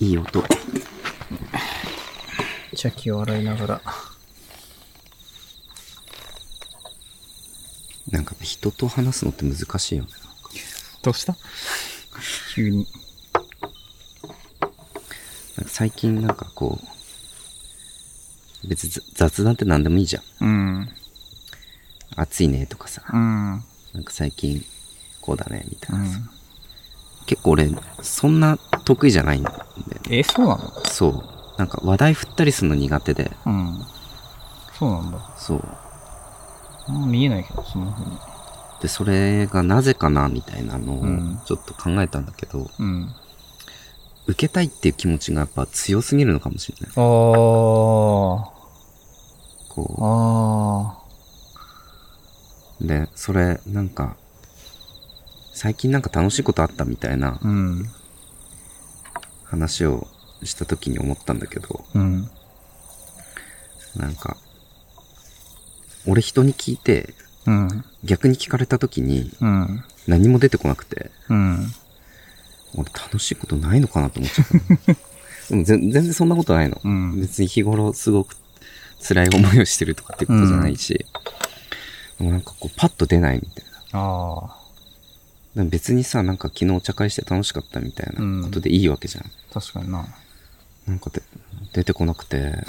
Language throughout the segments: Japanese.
いい音。邪気を洗いながら。なんか人と話すのって難しいよね。どうした急に。なんか最近なんかこう、別に雑談って何でもいいじゃん。うん。暑いねとかさ、うん。なんか最近こうだねみたいなさ。うん結構俺、そんな得意じゃないんだよね。え、そうなのそう。なんか話題振ったりするの苦手で、うん。そうなんだ。そう。あんま見えないけど、そんな風に。で、それがなぜかなみたいなのうをんちょっと考えたんだけど、うん。受けたいっていう気持ちがやっぱ強すぎるのかもしれない。あー。こあう。で、それ、なんか、最近なんか楽しいことあったみたいなー。うん。話をした時に思ったんだけど、うん。なんか、俺人に聞いて、うん。逆に聞かれた時にうん。何も出てこなくて、うん。俺楽しいことないのかなと思っちゃったの。でも 全全然そんなことないの。うん。別に日頃すごく辛い思いをしてるとかってことじゃないし、でもなんかこうパッと出ないみたいな。あでも別にさ、なんか昨日お茶会して楽しかったみたいなことでいいわけじゃん。ー。確かにな。なんかで出てこなくて、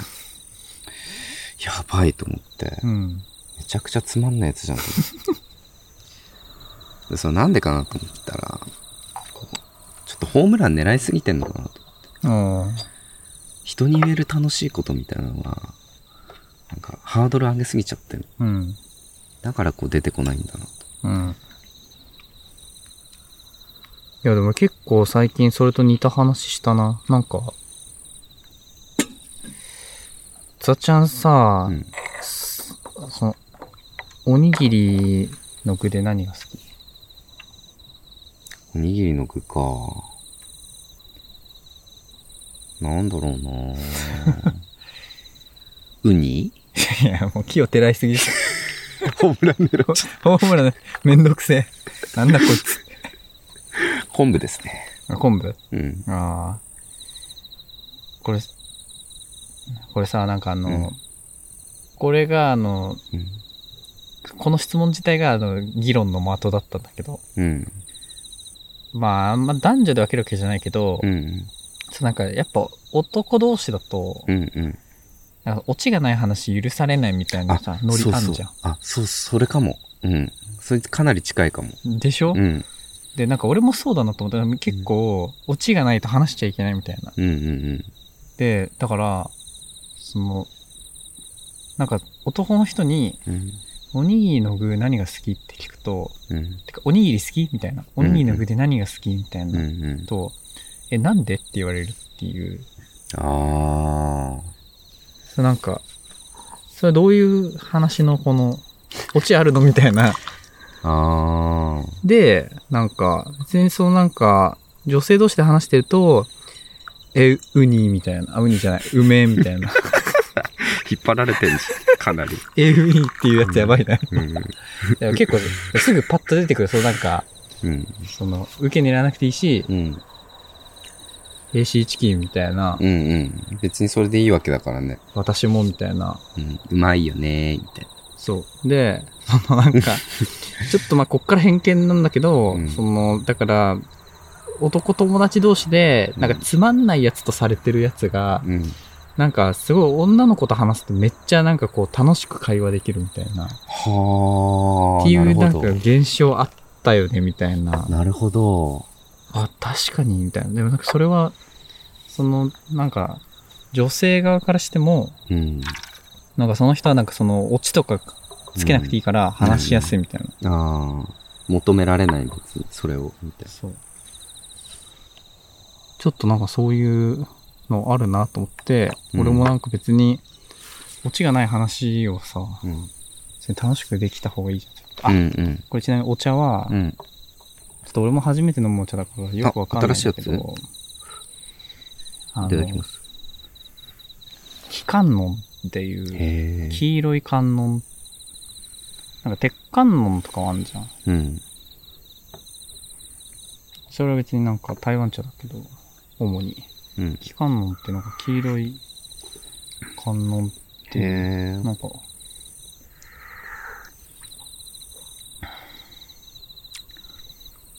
やばいと思って、うん。めちゃくちゃつまんないやつじゃんと 思って。でそれなんでかなと思ったら、こうちょっとホームラン狙いすぎてんのかなと。あー。人に言える楽しいことみたいなのは、なんかハードル上げすぎちゃってる。うん。だからこう出てこないんだなと。うん。いや、でも結構最近それと似た話したな。なんか、ザちゃんさ、うんその、おにぎりの具で何が好きおにぎりの具か。なんだろ うなウニ いや、もう木を照らし すぎでしょ。ホームラン狙い。ホームラン、めんどくせえ。なんだこいつ。昆布ですね。あ昆布うん。ああ。これ、これさ、なんかあの、うんこれがあの、うん。この質問自体があの議論の的だったんだけど、うん。まあ、あんま男女で分けるわけじゃないけど、うん。そうなんかやっぱ男同士だと、うん。うん。なんかオチがない話許されないみたいなさ、ノリそうあそんうじゃん。。あ、そう、それかも。うん。それかなり近いかも。でしょ、うん。で、なんか俺もそうだなと思って、結構、オチがないと話しちゃいけないみたいな。うんうんで、だから、その、なんか男の人に、うん。うん。おにぎりの具何が好きって聞くと、うん。てか、おにぎり好きみたいな。おにぎりの具で何が好きみたいうんうな。ん。と、え、なんでって言われるっていう。ああ。それなんか、それはどういう話のこの、オチあるのみたいな。ああ。で、なんか、別にそのなんか、女性同士で話してると、え、ウニみたいな。あ、ウニじゃない。梅みたい な。引っ張られてるし、かなり。え、ウニっていうやつやばいな。いうん。や結構、すぐパッと出てくる。そのなんか、うん。その、受け狙わなくていいし、うん。 AC チキンみたいなう、んうん。別にそれでいいわけだからね。私もみたいな。うん。うまいよねー、みたいな。そう。で、 そのなんか、ちょっとまあこっから偏見なんだけど、うんその、だから、男友達同士で、なんかつまんないやつとされてるやつが、うん。なんかすごい女の子と話すとめっちゃなんかこう楽しく会話できるみたいな、はあ。っていうななるんほかど。現象あったよねみたいな、なるほど。あ、確かにみたいな。でもなんかそれは、その、なんか、女性側からしても、うん。なんかその人はなんかそのオチとかつけなくていいから話しやすいみたいな。ああ。求められない、別に、それを、みたいそう。ちょっとなんかそういうのあるなと思って、うん俺もなんか別に、オチがない話をさ、な。うん。別に楽しくできた方がいいじゃん。うあ、んこれちなみにお茶は、うん。うん。ちょっと俺も初めて飲むお茶だからよくわかんないんだけあ新しいど、あいただきのま、す。気観音っていう、へえ。黄色い観音、なんか鉄観音とかもあるじゃん。うん。それは別になんか台湾茶だけど、主に。うん。木観音ってなんか黄色い観音っていう、へーなんか、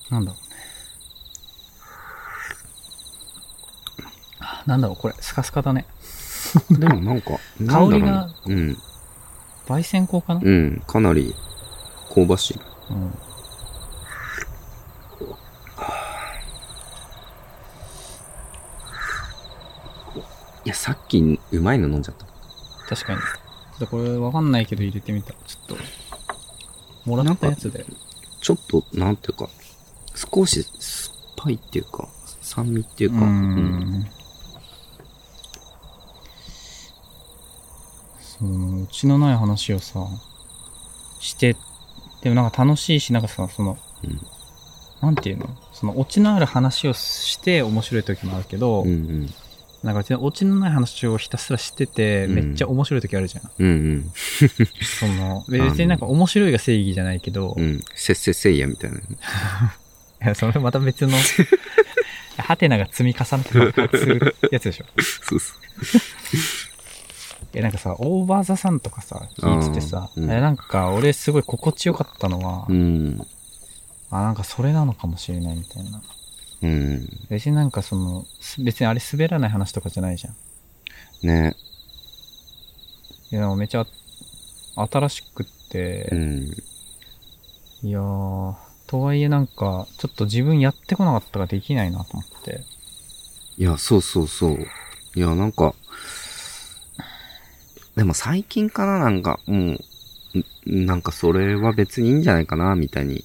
なんだろうね。あなんだろう、これ、スカスカだね。でもなんか、なんだろうな香うん。焙煎香かな、うん。かなり香ばしい。うんいや、さっきうまいの飲んじゃった。確かに。ちょっとこれわかんないけど入れてみた。ちょっと、もらったやつで。ちょっと、なんていうか、少し酸っぱいっていうか、酸味っていううか、ーん。その、うちのない話をさ、して、でもなんか楽しいし、なんかさ、その、うんなんていうのその、オチのある話をして面白い時もあるけど、うんうん。なんかうちのオチのない話をひたすらしてて、うんめっちゃ面白い時あるじゃん。うんうん。そ の、であの別になんか面白いが正義じゃないけど、ういん。せっせっせいやみたいな。や、それまた別の、 ハテナが積み重なって爆発するやつでしょ。そうそいやなんかさ、オーバーザさんとかさ、聞いててさ、うんうんあれなんか俺すごい心地よかったのは、う。うん。あ、なんかそれなのかもしれないみたいな。うん。別になんかその、す別にあれ滑らない話とかじゃないじゃん。いね。やなんかめちゃ新しくって、うん。いやー、とはいえなんか、ちょっと自分やってこなかったからできないなと思って。いや、そうそうそう。いや、なんか、でも最近からなんか、もう、んなんかそれは別にいいんじゃないかな、みたいに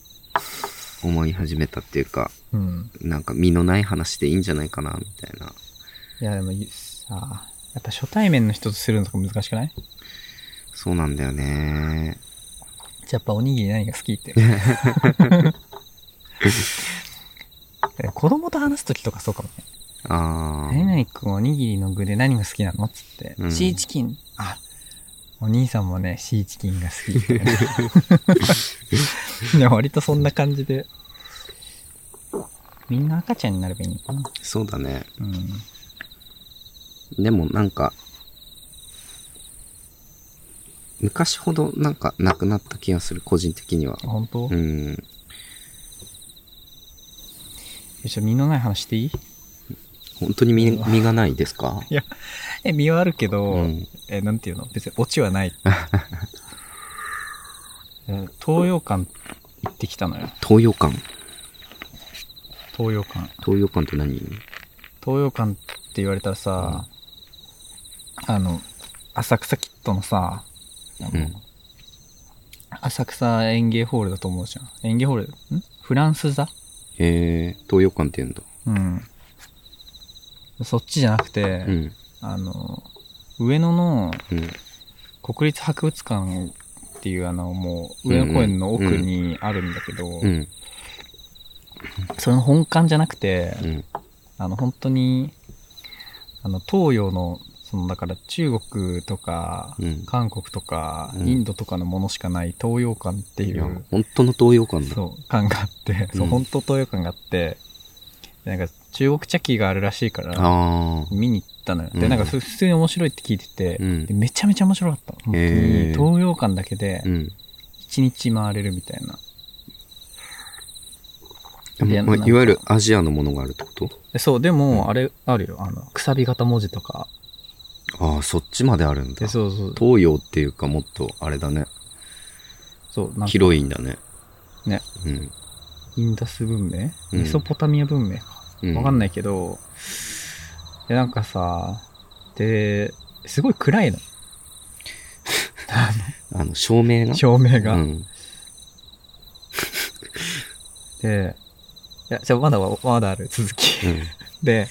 思い始めたっていうか、うん。なんか身のない話でいいんじゃないかな、みたいな。いやでもさ、やっぱ初対面の人とするのとか難しくないじゃそうなんだよね。あやっぱおにぎり何が好 きって。子供と話すときとかそうかもね。あ何々くんおにぎりの具で何が好きなのっつって、うんシーチキン。あ、お兄さんもね、シーチキンが好きみたいな。 いや、割とそんな感じで。みんな赤ちゃんになればいいのかな。あ。そうだね。うん。でもなんか、昔ほどなんかなくなった気がする、個人的には。あ本当、うよん。いしょ、身のない話していい本当に身身がないですかえ、身はあるけど、うんえ、なんていうの別にオチ はない。え東洋館行ってきたのよ。東洋館。東洋館。東洋館って何東洋館って言われたらさ、あの、浅草キットのさ、あのうん浅草園芸ホールだと思うじゃん。園芸ホール、んフランス座へえ、東洋館って言うんだ。うん。そっちじゃなくて、うん。あの、上野のうん。国立博物館っていうあの、もう、上野公園の奥にあるんだけど、うん。その本館じゃなくて、うん。あの、本当に、あの、東洋の、その、だから中国とか、うん。韓国とか、うんインドとかのものしかない東洋館っていいやう、本当の東洋館だ。そう、館があって、そうう、ん本当東洋館があって、でなんか中国茶器があるらしいから、ああ。見に行ったのよ。うで、んなんかふ普通に面白いって聞いててう、でん。めちゃめちゃ面白かった。本当にへー東洋館だけでう、ん。一日回れるみたいな。いでやまあなんかいわゆるアジアのものがあるってことでそう、でうも、んあれ、あるよ。あの、くさび型文字とか。ああ、そっちまであるんだ。で、東そうそう。洋っていうかもっとあれだね。そう、なんか広いんだね。ね。うん。インダス文明うんメソポタミア文明か。うわかんい。ないけど、で、なんかさ、で、すごい暗いの、あの、照明が。照明が。うん。で、いや、じゃあまだ、まだある、続き。で、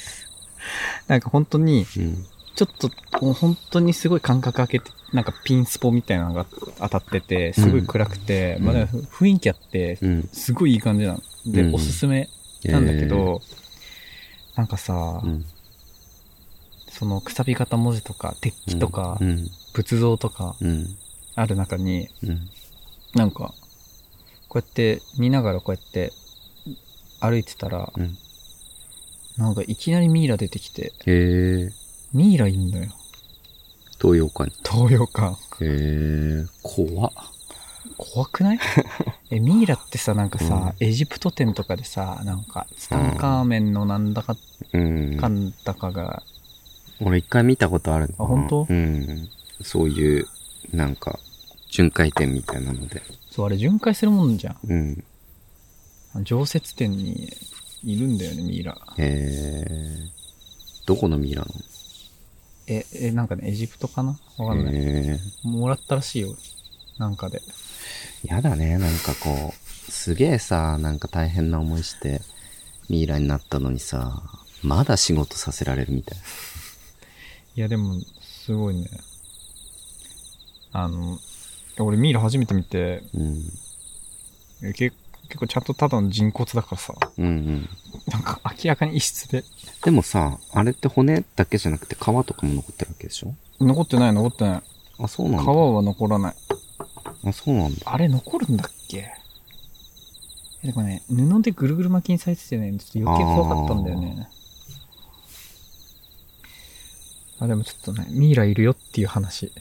なんか本当に、うん。うん。ちょっと、もう本当にすごい間隔空けて、なんかピンスポみたいなのが当たってて、すごい暗くて、うんまあだから雰囲気あって、うん。すごいいい感じなの。で、うんおすすめなんだけど、なんかさ、えー、うん。そのくさび型文字とか、鉄器とか、うん。仏像とかうん。ある中に、うん。なんか、こうやって見ながらこうやって歩いてたら、うんなんかいきなりミイラ出てきて、へえ。ミイラいんのよ。東洋館。東洋館。へえ。怖っ。怖くないえ、ミイラってさ、なんかさ、エジプト展とかでさ、なんか、ツタンカーメンのなんだかうんか。んだかが、俺一回見たことあるのかなあ本当うん。そういう、なんか、巡回展みたいなので。そう、あれ巡回するもんじゃん。うん。あの常設店にいるんだよね、ミイラ。へえ。どこのミイラえ、え、なんかね、エジプトかなわなかんのない。へえ。もらったらしいよ。なんかで。やだね、なんかこう、すげえさ、なんか大変な思いして、ミイラになったのにさ、まだ仕事させられるみたい。いや、でも、すごいね。あの、俺ミイラ初めて見て、うん。えけ結構ちゃんとただの人骨だからさ、うんうん。なんか明らかに異質で、でもさ、あれって骨だけじゃなくて皮とかも残ってるわけでしょ残ってない残ってない。あ、そうなん皮だ。は残らない。あ、そうなんだ。あれ残るんだっけえでもね、布でぐるぐる巻きにされててね、ちょっと余計怖かったんだよね。あでもちょっとね、ミイラいるよっていう話。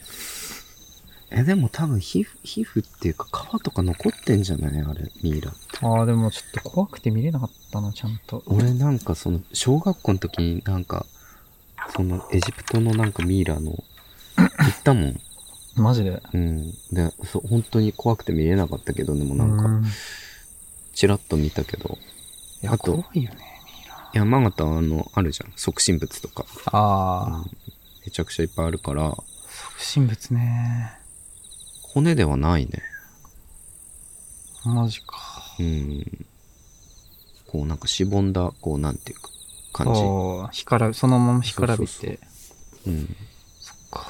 え、でも多分皮膚、皮膚っていうか皮とか残ってんじゃないあれ、ミイラ。ああ、でもちょっと怖くて見れなかったな、ちゃんと。俺なんかその、小学校の時になんか、そのエジプトのなんかミイラの、行ったもん。マジで。うん。で、そう本当に怖くて見れなかったけど、でもなんうか、んいチラッと見たけど。や、あと怖いよね。山形はあの、あるじゃん。即身仏とか。ああ、うんめちゃくちゃいっぱいあるから、不審物ね。骨ではないね。マジか。うん。こうなんかしぼんだ、こうなんていうか、感じ。そう、干から、そのまま干からびそうそうて。うん。そっか。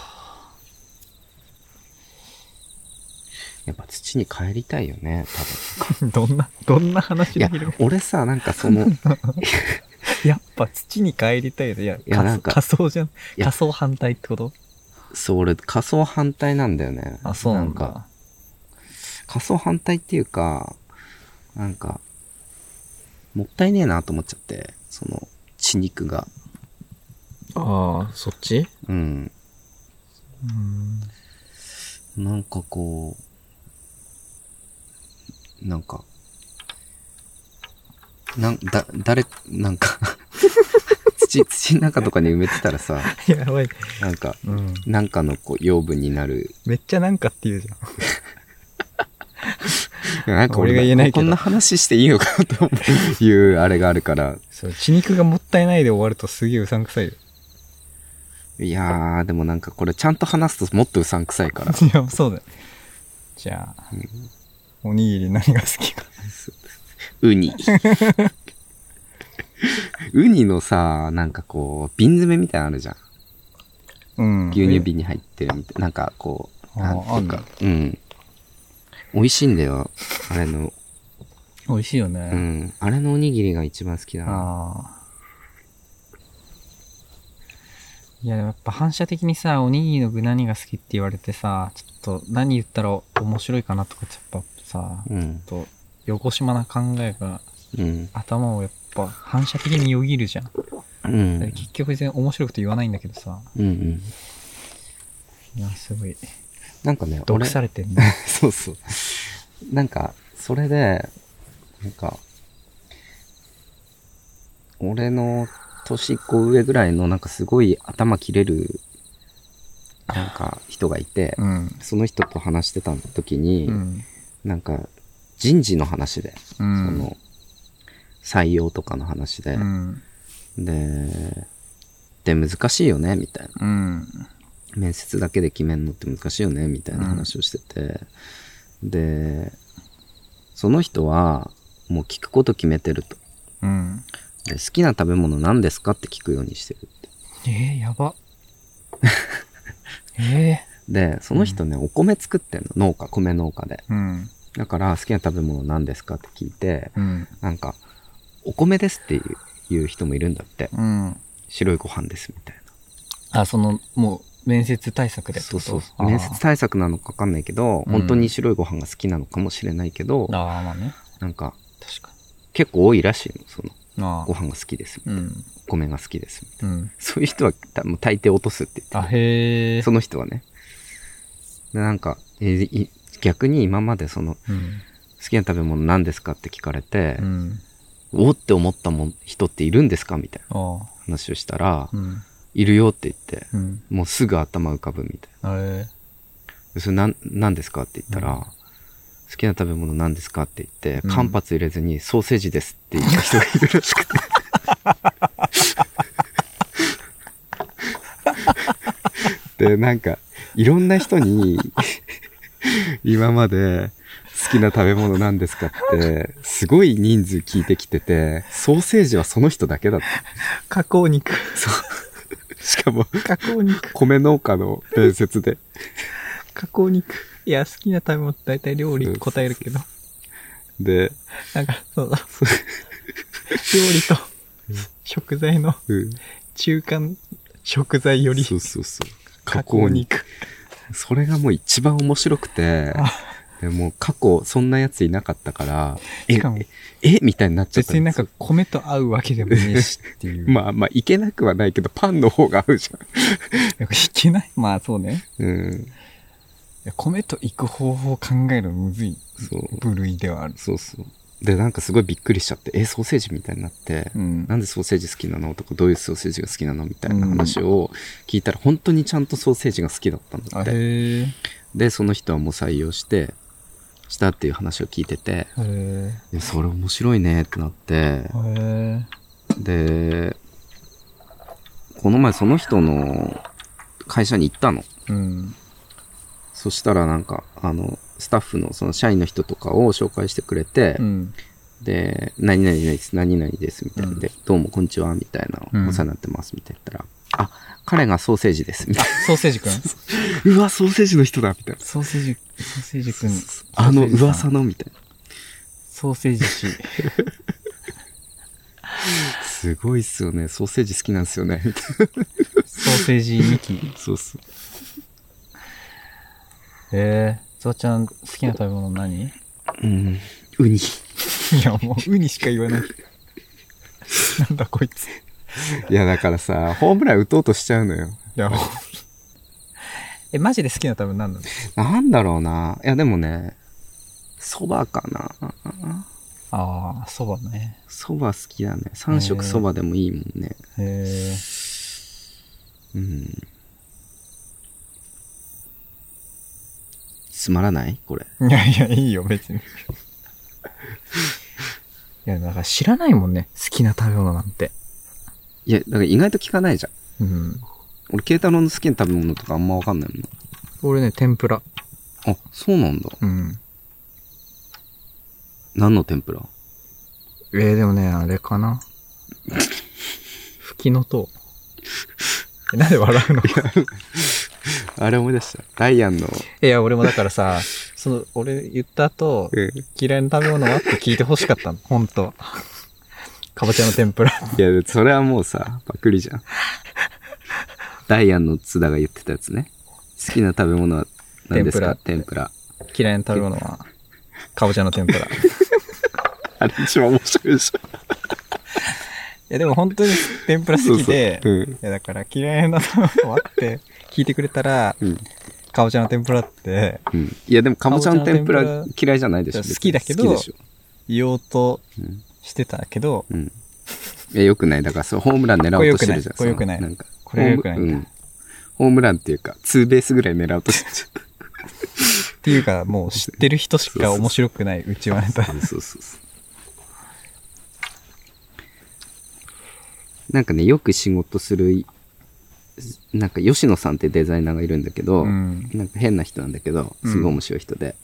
やっぱ土に帰りたいよね、多分。 どんな、どんな話いでやきる、俺さ、なんか その、いやっぱ土に帰りたいよね。いや、やなんか仮想じゃん。や仮想反対ってことそう、俺、仮想反対なんだよね。あ、そうなんなんか、だ。仮想反対っていうか、なんか、もったいねえなと思っちゃって、その、血肉が。ああ、そっちうん。うん。 なんかこう、なんか、なん、だ、誰、なんか、 土、土の中とかに埋めてたらさ、やばい。なんか、うん。なんかのこう養分になる。めっちゃなんかって言うじゃん。なんか俺が言えないけどこんな話していいのかなと思ういうあれがあるから。そう、血肉がもったいないで終わるとすげえうさんくさいよ。いやー、でもなんかこれちゃんと話すともっとうさんくさいから。いや、そうだよ。じゃあ、おにぎり何が好きか。ウ ニ。ウニのさ、なんかこう、瓶詰めみたいなのあるじゃん。うん牛乳。瓶に入ってるみたいな。なんかこう、なあーんていうあか、うん。美味しいんだよ。あれの、美味しいようね。ん。あれのおにぎりが一番好きだな。ああ。いや、でもやっぱ反射的にさ、おにぎりの具何が好きって言われてさ、ちょっと何言ったら面白いかなとか、やっぱさ、うん。ちょっと、横島な考えがうん。頭をやっぱ反射的によぎるじゃん。うん。うん結局全然面白いこと言わないんだけどさ、うん。いや、すごい、なんかね、毒俺 されてんね。そうそう。なんか、それで、なんか、俺の年1個上ぐらいの、なんかすごい頭切れる、なんか人がいて、うん。その人と話してた時に、うん。なんか、人事の話で、うそん。の、採用とかの話でう、ん。で、で、難しいよね、みたいな。うん。面接だけで決めんのって難しいよねみたいな話をしてて、でその人はもう聞くこと決めてるとうん。で好きな食べ物何ですかって聞くようにしてるってえー、や ば。えでその人ね、お米作ってんの農家米農家でー、うん。だから好きな食べ物何ですかって聞いてうん。なんかお米ですっていういう人もいるんだってうん。白いご飯ですみたいなあ、その、もう、面接対策でってそこうとそうあー面接対策なのか分かんないけど、うん本当に白いご飯が好きなのかもしれないけど、ああ、まあね。なんか確かに。結構多いらしいのそのあご飯が好きです、あ。うん。米が好きです。うん。そういう人は多分大抵落とすって言あ、ってへえる。。その人はね。でなんか、えい逆に今までその、うん。好きな食べ物何ですかって聞かれてう、ん。おって思ったもん人っているんですかみたいなああ。話をしたら、うん。いるよって言って、うん。もうすぐ頭浮かぶみたいあれな。それなん何ですかって言ったら、うん好きな食べ物何ですかって言って、うん間髪入れずにソーセージですって言った人がいるらしくて。で、なんか、いろんな人に、今まで好きな食べ物何ですかって、すごい人数聞いてきてて、ソーセージはその人だけだった。加工肉。しかも、加工肉。米農家の伝説で。加工肉。いや、好きな食べ物って大体料理って答えるけど、で、なんか、そうだ。料理と食材のうん中間食材よりそうそうそう。加加工工に。肉。それがもう一番面白くてあ、でもう過去そんなやついなかったから、えしかも、えみたいになっちゃった別になんですかよ米と合うわけでもねえしっていう。まあまあ、いけなくはないけど、パンの方が合うじいやいけないまあそうね。ゃん。うん。いや米と行く方法を考えるのむずいそう。部類ではある。そうそう。で、なんかすごいびっくりしちゃって、え、ソーセージみたいになって、うん。なんでソーセージ好きなのとか、どういうソーセージが好きなのみたいな話を聞いたら、本当にちゃんとソーセージが好きだったんだあって。へえ。で、その人はもう採用して、したっていう話を聞いてて、へえ。でそれ面白いねってなって、へで、この前その人の会社に行ったの。え。うん。そしたらなんか、あの、スタッフのその社員の人とかを紹介してくれてう、ん。で、何々です、何々です、みたいな。うんで、どうもこんにちは、みたいな。うんお世話になってます、みたいな言ったら、あ、彼がソーセージです、みたいソーセージくんな。 うわ、ソーセージの人だ、みたいな。ソーセージ、ソーセージくん。あのソーセージさん噂の、みたいソーセージ師。な。すごいっすよね。ソーセージ好きなんですよね、みたいソーセージミキ。な。そうそう。ええ。ゾウちゃん好きな食べ物何いうん。ウニ。やもう、ウニしか言わない。 なんだこいつ。いいや、だからさ、ホームラン打とうとしちゃうのよ。やもう。え、マジで好きな食べ物何なのなんだろうな。いや、でもね、蕎麦かな。ああ、そばね。蕎麦好きだね。3食蕎麦でもいいもんね。へえ。うん。つまらないこれ。いやいや、いいよ、別に。いや、だから知らないもんね。好きな食べ物なんて。いや、だから意外と聞かないじゃん。うん。俺、慶太郎の好きな食べ物とかあんまわかんないもんな。俺ね、天ぷら。あ、そうなんだ。うん。何の天ぷらえー、でもね、あれかな。吹きの塔。えなんで笑うのあれ思い出した。ダイアンの。いや、俺もだからさ、その、俺言った後、うん。嫌いな食べ物はって聞いてほしか ったの。ほんと。かぼちゃの天ぷら。いや、それはもうさ、パクリじゃん。ダイアンの津田が言ってたやつね。好きな食べ物は何ですか天ぷら。 嫌いな食べ物は、かぼちゃの天ぷら。 いあれ一番面白いでしょ。や、でも本当に天ぷら好きで、そうそういや、だから嫌いな食べ物はって聞いてくれたら、うん。うん。かぼちゃの天ぷらってうん。いや、でも、かぼちゃの天ぷら嫌いじゃないでしょ。好きだけど好きでしょ。言おうとうん。してたけど、うん。いや、よくない。だから、そう、ホームラン狙おうとしてるじゃん。これ良くないそのんこれ良くないか、これ良くないホーんムだうん。ホームランっていうか、ツーベースぐらい狙おうと してる。っていうか、もう知ってる人しか面白くないうちはネタ。そうそうそうそう。なんかね、よく仕事する、なんか吉野さんってデザイナーがいるんだけど、うん。なんか変な人なんだけど、うんすごい面白い人で。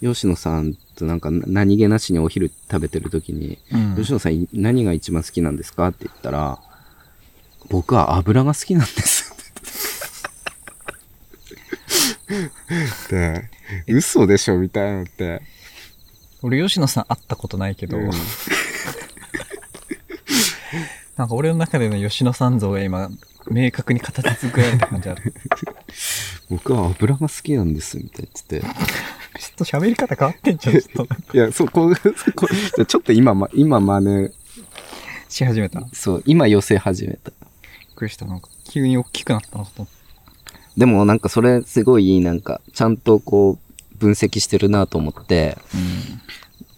吉野さんとなんかな何気なしにお昼食べてる時に、うん吉野さんい何が一番好きなんですかって言ったら、僕は油が好きなんです。で嘘でしょみたいなのって。俺、吉野さん会ったことないけど、うん なんか俺の中での吉野さん像が今、明確に形作られた感じあ る。僕は油が好きなんですみたいな言ってちょっと喋り方変わってんじゃん、ちょっと。て。いや、そう、こう、こうちょっと今ま、今真似し始めた。びっそう、今寄せ始めた。くりした。なんか、急に大きくなったのかと思っでもなんかそれすごいなんか、ちゃんとこう、分析してるなと思って、た。うん。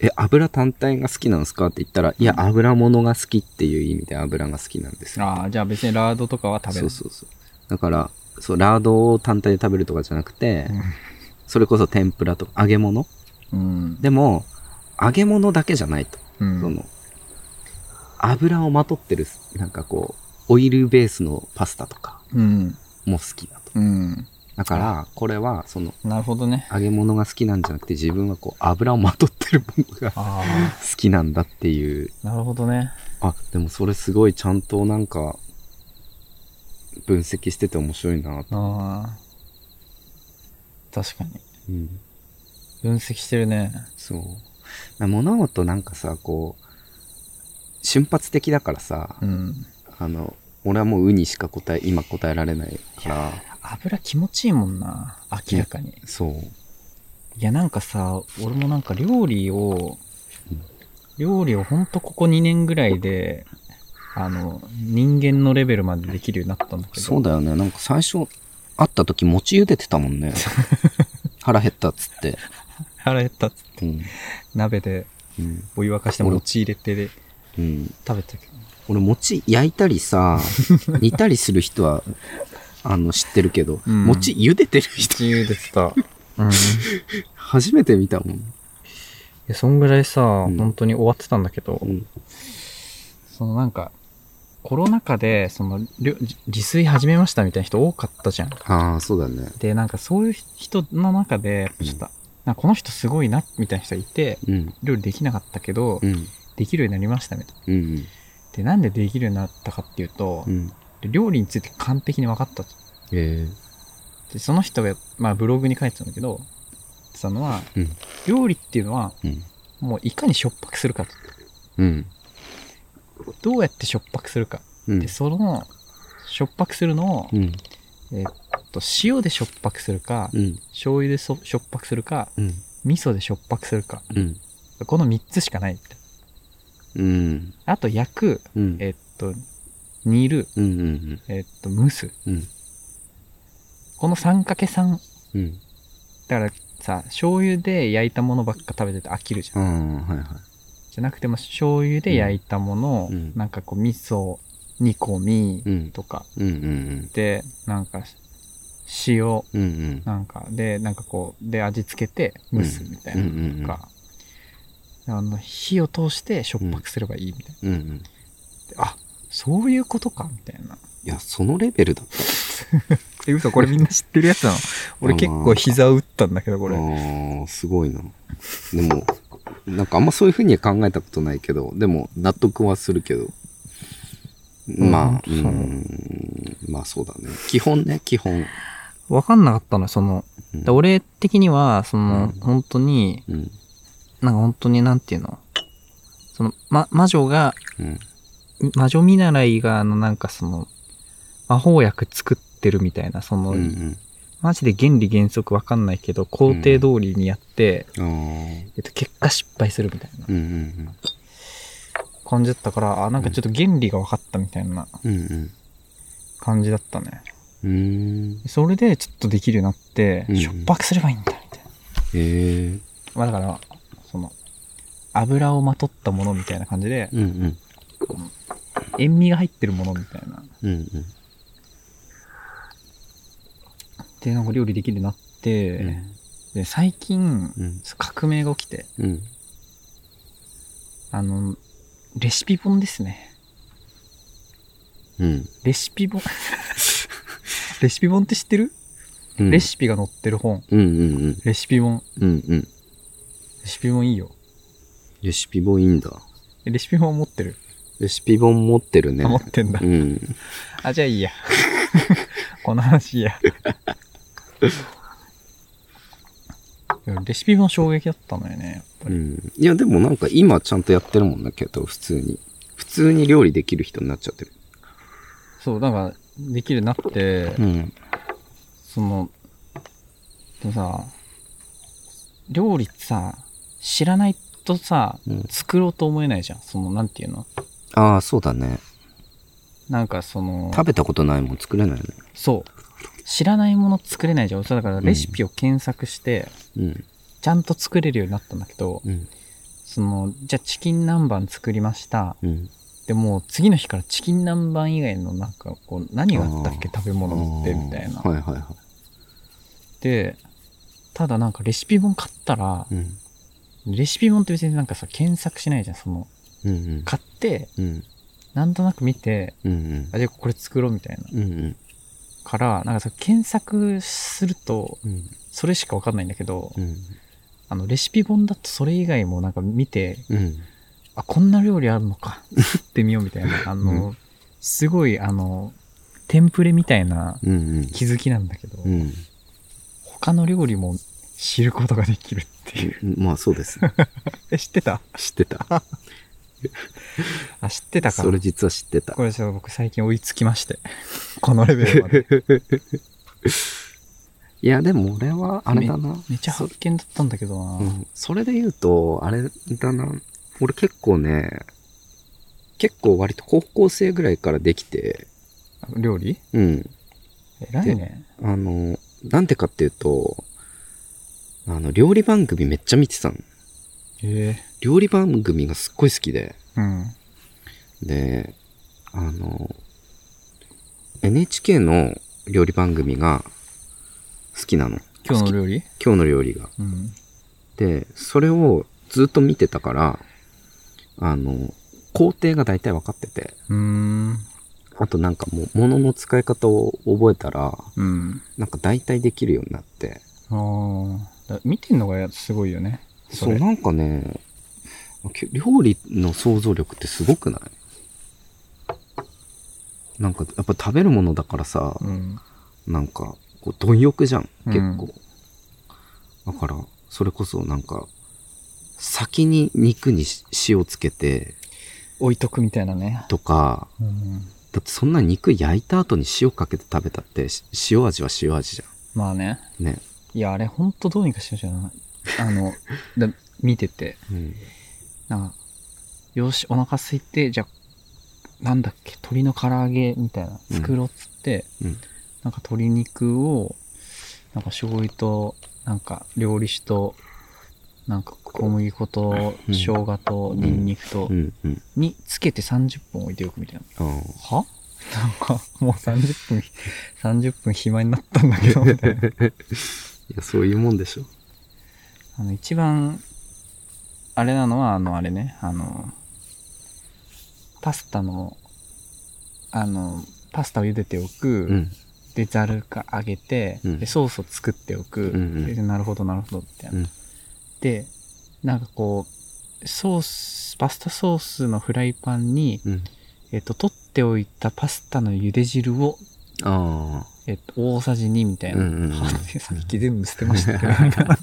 え、油単体が好きなんですかって言ったら、いや、油物が好きっていう意味で油が好きなんですよ。ああ、じゃあ別にラードとかは食べそる。うそうそう。だから、そう、ラードを単体で食べるとかじゃなくて、うんそれこそ天ぷらとか揚げ物うん。でも、揚げ物だけじゃないと。うそん。の、油をまとってる、なんかこう、オイルベースのパスタとかうん。も好きだと。うん。だから、これは、その、なるほどね。揚げ物が好きなんじゃなくて、自分はこう、油をまとってるものが 好あきなんだっていうあ、なるほどね。あ、でもそれすごいちゃんとなんか、分析してて面白いなと。ああ。確かに。うん。分析してるね。そう。な物事なんかさ、こう、瞬発的だからさ、うん。あの、俺はもうウにしか答え、今答えられないから、油気持ちいいもんな。明らかに。そう。いや、なんかさ、俺もなんか料理をうん、料理をほんとここ2年ぐらいで、あの、人間のレベルまでできるようになったんだけど。そうだよね。なんか最初、会った時餅茹でてたもんね。腹減ったっつって。腹減ったっつってうん。鍋でうん。お湯沸かして俺餅入れてでうん。食べたけど。俺餅焼いたりさ、 煮たりする人は、あの、知ってるけど、うん餅茹でてる人自由でした。うん。い初めて見たもん。や、そんぐらいさ、ん本当に終わってたんだけど、うん。そのなんか、コロナ禍で、その、りょ自自炊始めましたみたいな人多かったじゃん。ああ、そうだね。で、なんかそういう人の中で、やっぱちょっと、なんかこの人すごいな、みたいな人いて、うん。料理できなかったけど、うん。できるようになりましたみたいな。うん。で、なんでできるようになったかっていうと、うん。料理について完璧に分かったと。えで、その人が、まあブログに書いてたんだけど、言ってたのは、うん料理っていうのは、えうん。もういかにしょっぱくするかと。うん。どうやってしょっぱくするか。うん。で、その、しょっぱくするのを、うん。えーっと、塩でしょっぱくするか、うん。醤油でそしょっぱくするか、うん。味噌でしょっぱくするか。うん。この3つしかないみたいうん。な。あと、焼く、うん。えーっと、煮る、うん。うん。えーっと、蒸す。うん。この 3×3 うん。だからさ醤油で焼いたものばっか食べてて飽きるじゃん、ああ、はいはい。じゃなくても醤油で焼いたものを、うんなんかこう味噌煮込みうん。とかうん。うん。でなんか塩うん。うん。なんかでなんかこうで味付けて蒸すみたいなうんうんうんとか、あの火を通してしょっぱくすればいいみたいな、うん。うん。であそういうことかみたいないや、そのレベルだった。え嘘これみんな知ってるやつなの俺結構膝を打ったんだけどこれああ、すごいな。でも、なんかあんまそういうふうには考えたことないけど、でも納得はするけど。まあ、う、うんんまあそうだね。基本ね、基本。分かんなかったのよそのうんで俺的には、そうの、ん本当に、うん。なんか本当になんていうのその、ま、魔女が、うん。魔女見習いが、あの、なんかその、魔法薬作ってるみたいな、その、うん。マジで原理原則わかんないけど、工程通りにやって、うん。ああ。えっと、結果失敗するみたいなうんうん感じだったから、あ、なんかちょっと原理が分かったみたいなうん。うん感じだったね。うん。うーん。それでちょっとできるようになって、うんしょっぱくすればいいんだ、みたいな。ええ。まあだから、その、油をまとったものみたいな感じで、うんうん。塩味が入ってるものみたいな。うんうん。で、なんか料理できるようになって、で、最近、うん。革命が起きて、うん。あの、レシピ本ですね。うん。レシ ピ本。レシピ本って知ってる、うん。レシピが載ってる本。うんうんうん。レシピ本。うんうん。レシピ本いいよ。レシピ本いいんだ。レシピ本は持ってる。レシピ本持ってるねあ。持ってんだう。ん。あ、じゃあいいや。 この話い いや。いやレシピ本衝撃だったのよね、やっうぱり。ん、いや、でもなんか今ちゃんとやってるもんだけど、普通に。普通に料理できる人になっちゃってる。そう、なんか、できるようになって、うん。その、でもさ、料理ってさ、知らないとさ、うん作ろうと思えないじゃん。その、なんていうのああ、そうだね。なんかその、食べたことないもん作れないね。そう。知らないもの作れないじゃん。そうだからレシピを検索して、うん。ちゃんと作れるようになったんだけど、うん。その、じゃあチキン南蛮作りました。うん。でもう次の日からチキン南蛮以外のなんかこう、何があったっけ食べ物ってみたいなあー。はいはいはで、ただなんかレシピ本買ったら、い。うん。レシピ本って別になんかさ、検索しないじゃん。その、うん買って、うん。うん。なんとなく見て、うんうんあ、じゃあこれ作ろうみたいな。うんうんから、なんかさ、検索すると、うんそれしかわかんないんだけど、うんあの、レシピ本だとそれ以外もなんか見て、うんあ、こんな料理あるのか、作ってみようみたいな、あの、すごい、あの、テンプレみたいなうんうん気づきなんだけど、うん他の料理も知ることができるっていう。まあそうです。え、知ってた 知ってた。あ、知ってたか。それ実は知ってた。これちょっと僕最近追いつきまして。このレベルまで。 いや、でも俺は、あれだな。めっちゃ発見だったんだけどな。うん、それで言うと、あれだな。俺結構ね、結構割と高校生ぐらいからできて、料理うん。偉いね。あの、なんでかっていうと、あの、料理番組めっちゃ見てたの。え料理番組がすっごい好きで。えうん。で、あの、NHK の料理番組が好きなの。今日の料理今日の料理が。うん。で、それをずっと見てたから、あの、工程が大体分かってて、うーん。あとなんかもう物の使い方を覚えたら、うん。なんか大体できるようになって。ああ。だ見てんのがすごいよね。そそう、れなんかね、け料理の想像力ってすごくないなんかやっぱ食べるものだからさ、うん。なんか、こう、貪欲じゃん、うん結構。だから、それこそなんか、先に肉にし塩つけて、置いとくみたいなね。とか、うん。だってそんな肉焼いた後に塩かけて食べたって、し塩味は塩味じまあね。ゃん。ね。いや、あれほんとどうにかしてほしいな。あの、 だ見てて。うん。なんか、よし、お腹空いて、じゃあなんだっけ、鶏の唐揚げみたいな、うん作ろうっつって、うんなんか鶏肉を、なんか醤油と、なんか料理酒と、なんか小麦粉と、うん生姜と、ニンニクとう、ん、うん。につけて30分置いておくみたいな。あーはなんか、もう30分、30分暇になったん だけど、みたいな。いや、そういうもんでしょ。あの、一番、あれなのは、あの、あれね、あの、パスタの、あの、パスタを茹でておく、うん。で、ざるか上げて、うんで、ソースを作っておく、うんうんでなるほど、なるほど、みたいな。うんで、なんかこう、ソース、パスタソースのフライパンに、うん。えっと、取っておいたパスタの茹で汁を、あえっと、大さじ2みたいな。うんうんうんさっき全部捨てましたけど、みたいなあ。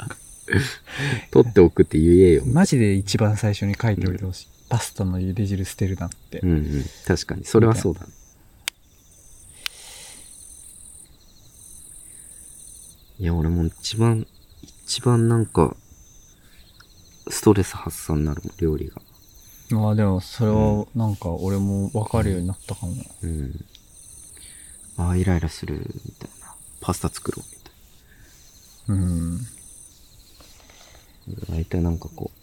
取っておくって言えよ。マジで一番最初に書いておいてほしい。パスタの茹で汁捨てるなって。うん、うん。確かに。それはそうだね。いや、俺も一番、一番なんか、ストレス発散になるもん、料理が。まあでも、それはなんか俺もわかるようになったかも。うん。ああ、イライラする、みたいな。パスタ作ろう、みたいうん。な。大体なんかこう、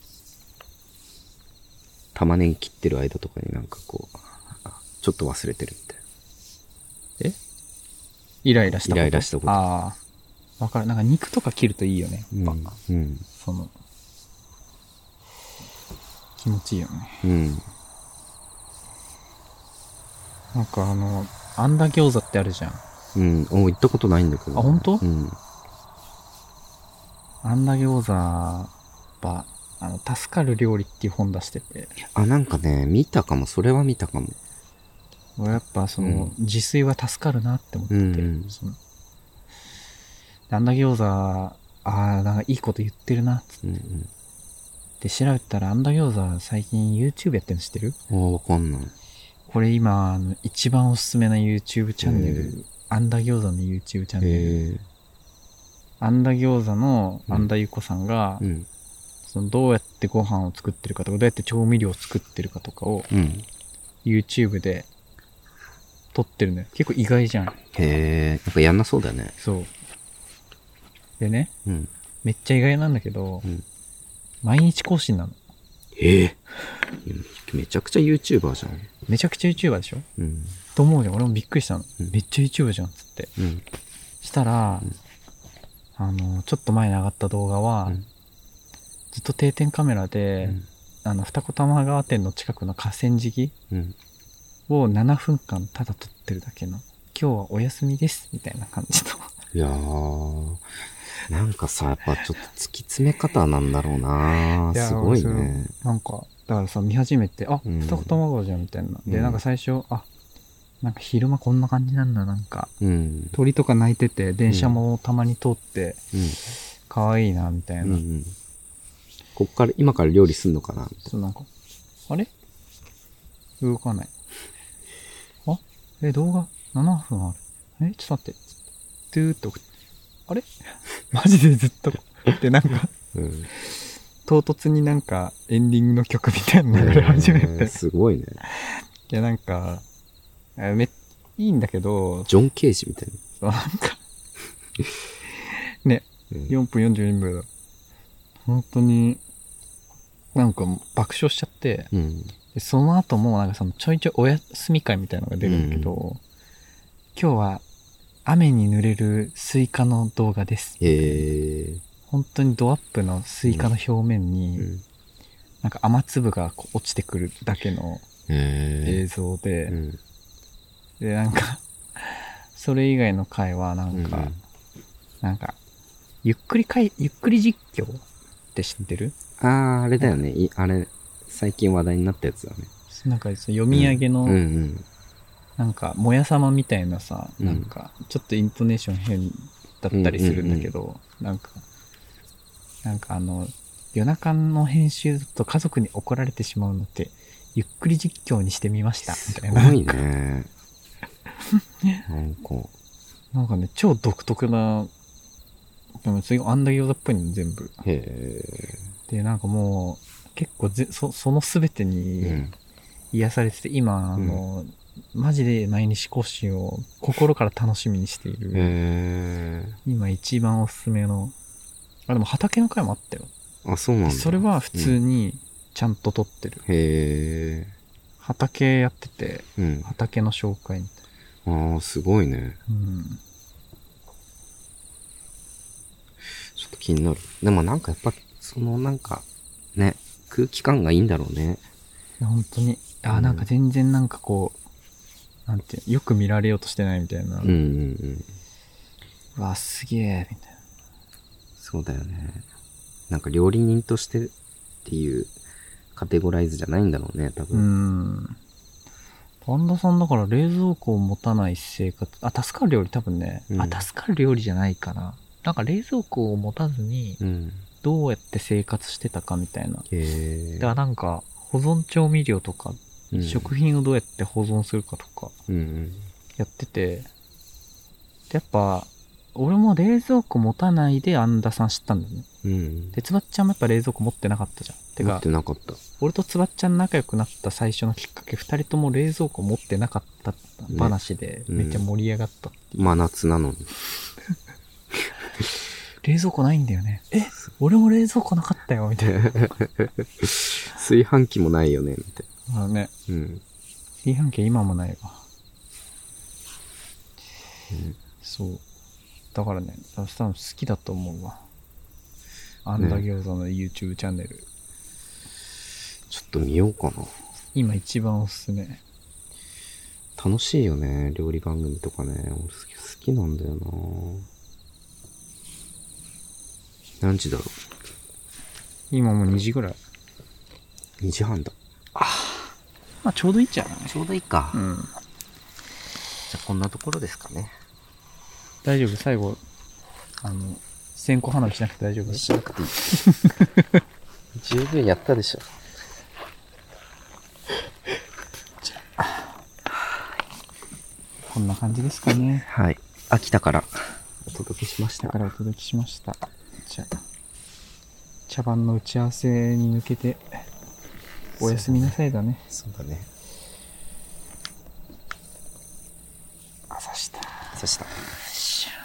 玉ねぎ切ってる間とかになんかこう、あちょっと忘れてるみたいな。えイライラしたことイライラしたことああ。わかる。なんか肉とか切るといいよね。やっぱうん。その、気持ちいいよね。うん。なんかあの、あんだ餃子ってあるじゃん。うん。お行ったことないんだけど。あ本当うん。あんだ餃子は、あの、助かる料理っていう本出してて。あ、なんかね、見たかも。それは見たかも。俺やっぱその、自炊は助かるなって思ってて、うんうんそのなんだ餃子ああなんかいいこと言ってるなっつうんうん。って調べたらあんだ餃子最近 YouTube やってるの知ってるあーわかんない。これ今あの一番おすすめな YouTube チャンネル、へあんだ餃子の YouTube チャンネル、へえ。あんだ餃子のうんあんだゆうこさんが、うん。そのどうやってご飯を作ってるかとかどうやって調味料を作ってるかとかをうん。 YouTube で撮ってるのよ。結構意外じゃん。へえ、なんかやんなそうだね。そう。でね、うん。めっちゃ意外なんだけど、うん毎日更新なの。へえ。めちゃくちゃ YouTuber じゃん。めちゃくちゃ YouTuber でしょうん。と思うじゃん。俺もびっくりしたの。うんめっちゃ YouTuber じゃんっつって。うん。したら、あの、ちょっと前に上がった動画は、うんずっと定点カメラで、あの、二子玉川店の近くの河川敷うん。を7分間ただ撮ってるだけの、今日はお休みです、みたいな感じの。いやー。なんかさ、やっぱちょっと突き詰め方なんだろうないやーすごいね。 なんか、だからさ、見始めて、あ、うん二子玉川じゃん、みたいな。で、うんなんか最初、あ、なんか昼間こんな感じなんだ、なんか。うん。鳥とか鳴いてて、電車もたまに通って、う可愛いな、みたいな。ん。うん。こっから、今から料理すんのかなそう、なんか、あれ動かない。あえ、動画7分ある。え、ちょっと待って。トゥーって送って。あれ マジでずっと。で、なんか、うん。 唐突になんか、エンディングの曲みたいなの流れ始めへーて。すごいね。いや、なんか、えめいいんだけど、ジョン・ケージみたいなん か、ね、な。うん4分42分だ。本当に、なんか爆笑しちゃって、うん。でその後もなんかそのちょいちょいお休み会みたいなのが出るんだけど、今日は雨に濡れるスイカの動画です。へえ。本当にドアップのスイカの表面に、うんなんか雨粒がこう落ちてくるだけのへ映像で、え。うん。で、なんか、 それ以外の回はなんか、うんなんか、ゆっくりかい、ゆっくり実況って知ってるあー、あれだよね。いあれ、最近話題になったやつだね。なんかその読み上げの、うんうん。なんか、もやさまみたいなさ、うんなんか、ちょっとイントネーション変だったりするんだけど、なんか、なんかあの、夜中の編集だと家族に怒られてしまうので、ゆっくり実況にしてみました、すみごたいな。いね。 なんか、なんかね、超独特な、でも次、あんだけ餃子っぽいの全部。へで、なんかもう、結構ぜ、そその全てえ。にうん。癒されてて、今、あの、マジで毎日更新を心から楽しみにしている。へえ。今一番おすすめのあでも畑の回もあったよあ、そうなんだ。それは普通にちゃんと撮ってる、へ畑やっててえ。うん。畑の紹介みたいああ、すごいね。なうんちょっと気になる。でもなんかやっぱ、そのなんか、ね、空気感がいいんだろうね。いや本当にあうんなんか全然なんかこうなんていうよく見られようとしてないみたいな、うんうんうん。うわすげえみたいなそうだよね。なんか料理人としてっていうカテゴライズじゃないんだろうね、多う分。んパンダさんだから冷蔵庫を持たない生活あ助かる料理多分ね、うんあ助かる料理じゃないかななんか冷蔵庫を持たずにうん。どうやって生活してたかみたいなへえだからなんか、保存調味料とか、うん食品をどうやって保存するかとか、うんうん。やってて、でやっぱ、俺も冷蔵庫持たないでアンダさん知ったんだよね。うん。で、つばっちゃんもやっぱ冷蔵庫持ってなかったじゃん。て持っかて、なかった。俺とつばっちゃん仲良くなった最初のきっかけ、二人とも冷蔵庫持ってなかった話で、うんめっちゃ盛り上がった。真夏なのに。冷蔵庫ないんだよね。え俺も冷蔵庫なかったよ、みた いな。炊飯器もないよね、みたいまあね、な。うん。炊飯器今もないわ、そうだからね多分好きだと思うわあんだ餃子の YouTube チャンネル、ちょっと見ようかな。今一番おすすめ楽しいよね、料理番組とかね。俺好き好きなんだよな何時だろ今もう2時ぐらいう ?2 時半だ。まあちょうどいいんじゃないちょうどいいか。うじんゃあこんなところですかね。大丈夫最後あの線香花火しなくて大丈夫しなくて いい。十分やったでしょ。こんな感じですかねはい。秋田からお届けしましだた。からお届けしましたじゃあ茶番の打ち合わせに向けておやすみなさいだねそうだね。刺した刺した。シュー